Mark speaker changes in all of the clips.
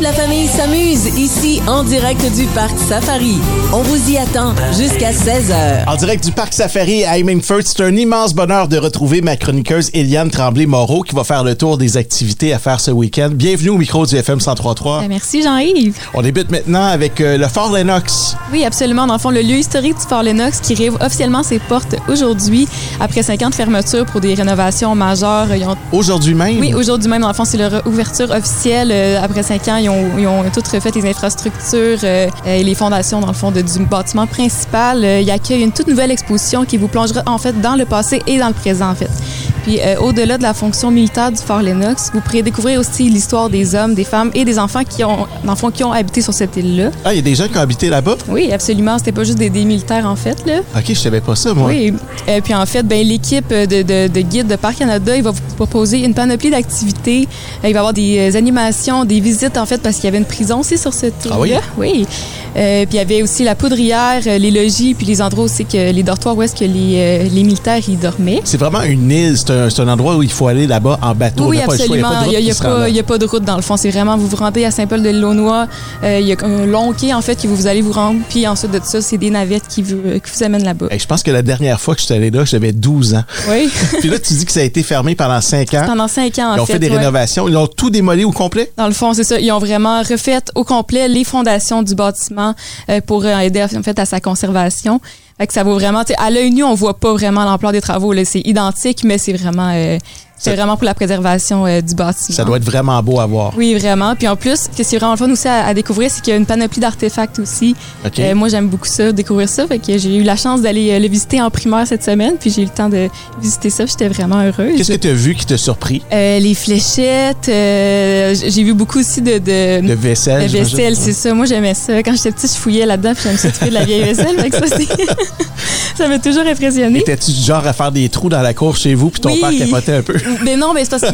Speaker 1: la famille s'amuse ici en direct du parc Safari. On vous y attend jusqu'à 16h.
Speaker 2: En direct du Parc Safari à Hemingford, c'est un immense bonheur de retrouver ma chroniqueuse Eliane Tremblay-Moreau qui va faire le tour des activités à faire ce week-end. Bienvenue au micro du FM 103.3.
Speaker 3: Ben, merci Jean-Yves.
Speaker 2: On débute maintenant avec euh, le Fort Lennox.
Speaker 3: Oui, absolument. Dans le fond, le lieu historique du Fort Lennox qui réouvre officiellement ses portes aujourd'hui après 50 fermetures pour des rénovations majeures. Ils ont-
Speaker 2: Aujourd'hui même,
Speaker 3: Oui, aujourd'hui même, dans le fond, c'est leur ouverture officielle. Euh, Après 5 ans, ils ont, ils ont toutes refait les infrastructures euh, et les fondations, dans le fond, de- du bâtiment principal. Euh, Ils accueillent une toute nouvelle exposition qui vous plongera, en fait, dans le passé et dans le présent, en fait. Puis, euh, au-delà de la fonction militaire du Fort Lennox, vous pourrez découvrir aussi l'histoire des hommes, des femmes et des enfants qui ont, dans le fond, qui ont habité sur cette île-là.
Speaker 2: ah, il y a des gens qui ont habité là-bas.
Speaker 3: Oui, absolument. C'était pas juste des, des militaires, en fait. Là.
Speaker 2: OK, je savais pas ça, moi.
Speaker 3: Oui. Et puis, en fait, ben, l'équipe de, de, de guides de Parc Canada, il va vous proposer une panoplie d'activités. Euh, Il va y avoir des euh, animations, des visites, en fait, parce qu'il y avait une prison aussi sur cette île
Speaker 2: Ah oui?
Speaker 3: oui. Euh, puis, il y avait aussi la poudrière, euh, les logis, puis les endroits aussi que les dortoirs où est-ce que les, euh, les militaires y dormaient.
Speaker 2: C'est vraiment une île, c'est un, c'est un endroit où il faut aller là-bas en bateau.
Speaker 3: Oui,
Speaker 2: on n'a pas le choix,
Speaker 3: absolument. Il
Speaker 2: il n'y
Speaker 3: n'y
Speaker 2: a,
Speaker 3: a, pas- il y a pas de route dans le fond. C'est vraiment, vous vous rendez à Saint-Paul-de-Launois, euh, il y a un long quai en fait que vous allez vous rendre. Puis ensuite de ça, c'est des navettes qui vous, euh, qui vous amènent là-bas.
Speaker 2: Je pense que la dernière fois que je suis allé là, j'avais 12 ans.
Speaker 3: Oui,
Speaker 2: Puis là, tu dis que ça a été fermé pendant 5 ans.
Speaker 3: pendant cinq ans en
Speaker 2: Hein? Ils ont fait,
Speaker 3: fait.
Speaker 2: des
Speaker 3: ouais.
Speaker 2: rénovations. Ils ont tout démoli au complet.
Speaker 3: Dans le fond, c'est ça. Ils ont vraiment refait au complet les fondations du bâtiment euh, pour euh, aider en fait à sa conservation. Fait que ça vaut vraiment. tu sais, À l'œil nu, on voit pas vraiment l'ampleur des travaux. là. C'est identique, mais c'est vraiment, euh, c'est
Speaker 2: Ça-
Speaker 3: vraiment pour la préservation euh, du bâtiment.
Speaker 2: Ça doit être vraiment beau à voir.
Speaker 3: Oui, vraiment. Puis en plus, ce qui est vraiment le fun aussi à, à découvrir, c'est qu'il y a une panoplie d'artefacts aussi.
Speaker 2: OK.
Speaker 3: Euh, moi, j'aime beaucoup ça, découvrir ça. Fait que j'ai eu la chance d'aller euh, le visiter en primaire cette semaine, puis j'ai eu le temps de visiter ça. puis J'étais vraiment heureuse.
Speaker 2: Qu'est-ce que tu as vu qui t'a surpris?
Speaker 3: Euh, les fléchettes, euh, j- j'ai vu beaucoup aussi de, de,
Speaker 2: De vaisselle.
Speaker 3: de
Speaker 2: j'imagine.
Speaker 3: vaisselle, c'est ça. Moi, j'aimais ça. Quand j'étais petite, je fouillais là-dedans, puis j'aime ça trouver de la vieille vaisselle. Fait que ça, c'est- ça m'a toujours impressionné.
Speaker 2: Étais-tu du genre à faire des trous dans la cour chez vous, puis ton
Speaker 3: Oui.
Speaker 2: père capotait un peu?
Speaker 3: Mais Ben non, mais c'est parce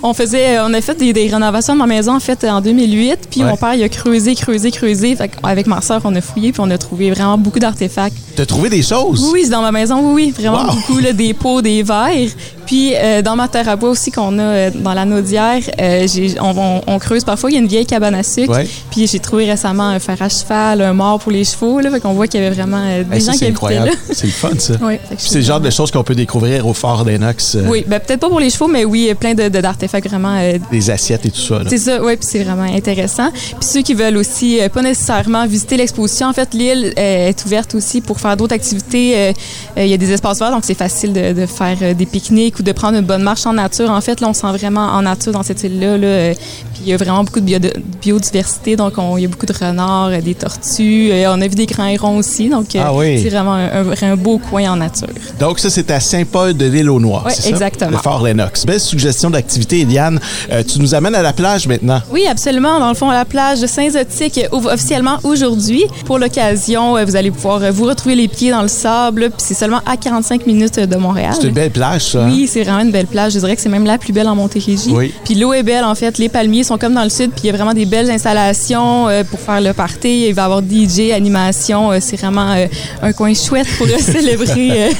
Speaker 3: qu'on faisait, on a fait des, des rénovations de ma maison en fait en 2008, puis
Speaker 2: Ouais.
Speaker 3: mon père il a creusé, creusé, creusé. Fait avec ma soeur, on a fouillé, puis on a trouvé vraiment beaucoup d'artefacts.
Speaker 2: T'as trouvé des choses?
Speaker 3: Oui, oui, c'est dans ma maison, oui, oui, vraiment
Speaker 2: Wow!
Speaker 3: beaucoup, là, des pots, des verres. Puis euh, dans ma terre à bois aussi qu'on a euh, dans la naudière, euh, j'ai- on, on- on creuse parfois, il y a une vieille cabane à sucre.
Speaker 2: Ouais.
Speaker 3: Puis j'ai trouvé récemment un fer à cheval, un mort pour les chevaux, là, fait qu'on voit qu'il y avait vraiment euh, des
Speaker 2: Hey,
Speaker 3: gens
Speaker 2: ça,
Speaker 3: qui
Speaker 2: c'est
Speaker 3: habitaient là.
Speaker 2: incroyable. C'est le fun, ça.
Speaker 3: Oui, fait que je
Speaker 2: C'est le genre de choses qu'on peut découvrir au fort d'Enox, euh,
Speaker 3: Oui, ben, peut-être pas pour les chevaux, mais oui, plein de- de- d'artefacts vraiment euh,
Speaker 2: des assiettes et tout ça. là.
Speaker 3: C'est ça, oui, puis c'est vraiment intéressant. Puis ceux qui veulent aussi, euh, pas nécessairement visiter l'exposition, en fait, l'île euh, est ouverte aussi pour faire d'autres activités. Euh, euh, Il y a des espaces verts, donc c'est facile de, de faire euh, des pique-niques ou de prendre une bonne marche en nature. En fait, là, on se sent vraiment en nature dans cette île-là. là, euh, puis il y a vraiment beaucoup de bio- de biodiversité, donc on- il y a beaucoup de renards, euh, des tortues. euh, on a vu des grands hérons aussi, donc euh,
Speaker 2: Ah oui.
Speaker 3: c'est vraiment un, un- un beau coin en nature.
Speaker 2: Donc, ça, c'est à Saint-Paul de l'île aux Noirs.
Speaker 3: Ouais,
Speaker 2: c'est ça?
Speaker 3: exactement.
Speaker 2: Le fort Lennox. Belle suggestion d'activité, Eliane. Euh, tu nous amènes à la plage maintenant.
Speaker 3: Oui, absolument. Dans le fond, la plage de Saint-Zotique ouvre officiellement aujourd'hui. Pour l'occasion, euh, vous allez pouvoir euh, vous retrouver les pieds dans le sable, puis c'est seulement à 45 minutes euh, de Montréal.
Speaker 2: C'est une belle plage, ça. hein?
Speaker 3: Oui, c'est vraiment une belle plage. Je dirais que c'est même la plus belle en Montérégie.
Speaker 2: Oui.
Speaker 3: Puis l'eau est belle, en fait. Les palmiers sont comme dans le sud, puis il y a vraiment des belles installations euh, pour faire le party. Il va y avoir DJ, animation. Euh, c'est vraiment euh, un coin chouette pour euh, célébrer, euh,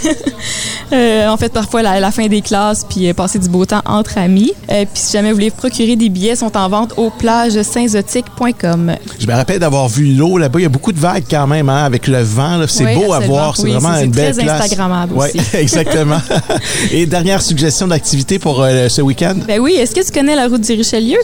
Speaker 3: euh, en fait, parfois la, la fin des classes, puis euh, passer du beau temps entre amis. Euh, puis si jamais vous voulez procurer des billets, ils sont en vente au plagesainzotique.com.
Speaker 2: Je me rappelle d'avoir vu l'eau là-bas. Il y a beaucoup de vagues quand même, hein, avec le vent. là. C'est
Speaker 3: Oui,
Speaker 2: beau à
Speaker 3: absolument.
Speaker 2: voir. C'est
Speaker 3: Oui,
Speaker 2: vraiment
Speaker 3: c'est-
Speaker 2: une
Speaker 3: c'est
Speaker 2: belle
Speaker 3: très
Speaker 2: place.
Speaker 3: Instagrammable
Speaker 2: Ouais,
Speaker 3: aussi.
Speaker 2: exactement. Et dernière suggestion d'activité pour euh, ce week-end.
Speaker 3: Ben oui, est-ce que tu connais la route du Richelieu?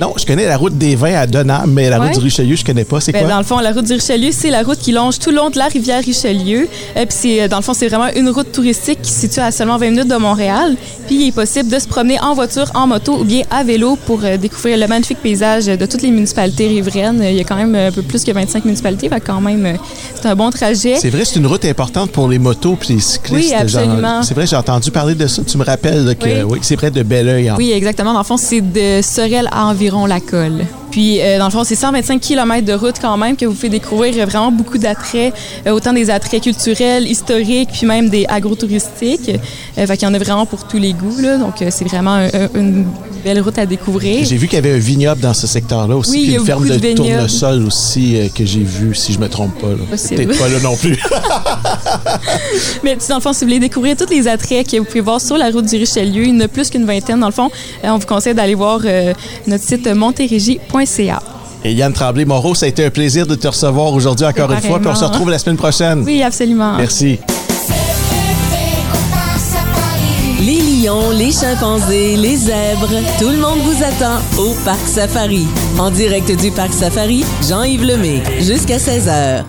Speaker 2: Non, je connais la route des vins à Donham, mais la
Speaker 3: Ouais.
Speaker 2: route du Richelieu, je connais pas. C'est
Speaker 3: Ben,
Speaker 2: quoi?
Speaker 3: dans le fond, la route du Richelieu, c'est la route qui longe tout le long de la rivière Richelieu. Euh, puis c'est, euh, dans le fond, c'est vraiment une route touristique qui se situe à seulement 20 minutes de Montréal. Puis il est possible de se promener en voiture, en moto ou bien à vélo pour euh, découvrir le magnifique paysage de toutes les municipalités riveraines. Euh, Il y a quand même euh, un peu plus que 25 municipalités, fait que quand même, euh, c'est un bon trajet.
Speaker 2: C'est vrai, c'est une route importante pour les motos puis les cyclistes.
Speaker 3: Oui, absolument.
Speaker 2: J'en- C'est vrai, j'ai entendu parler de ça. Tu me rappelles là, que
Speaker 3: Oui.
Speaker 2: oui, c'est près de Belleuil. en-
Speaker 3: Oui, exactement. Dans le fond, c'est de Sorel à environ la colle. Puis, euh, dans le fond, c'est 125 km de route quand même que vous fait découvrir euh, vraiment beaucoup d'attraits, euh, autant des attraits culturels, historiques, puis même des agrotouristiques. Euh, fait qu'il y en a vraiment pour tous les goûts, là. Donc, euh, c'est vraiment un- un- une belle route à découvrir.
Speaker 2: J'ai vu qu'il y avait un vignoble dans ce secteur-là aussi,
Speaker 3: Oui, il
Speaker 2: puis
Speaker 3: y a
Speaker 2: une ferme
Speaker 3: beaucoup
Speaker 2: de,
Speaker 3: de vignobles.
Speaker 2: tournesol aussi euh, que j'ai vu, si je me trompe pas. là. C'est
Speaker 3: Possible.
Speaker 2: Peut-être pas là non plus.
Speaker 3: Mais tu- dans le fond, si vous voulez découvrir tous les attraits que vous pouvez voir sur la route du Richelieu, il y en a plus qu'une vingtaine. Dans le fond, euh, on vous conseille d'aller voir euh, notre site montérégie.ca.
Speaker 2: Et Yann Tremblay-Moreau, ça a été un plaisir de te recevoir aujourd'hui encore une fois. Puis on se retrouve la semaine prochaine.
Speaker 3: Oui, absolument.
Speaker 2: Merci.
Speaker 1: Les lions, les chimpanzés, les zèbres, tout le monde vous attend au Parc Safari. En direct du Parc Safari, Jean-Yves Lemay, jusqu'à 16h.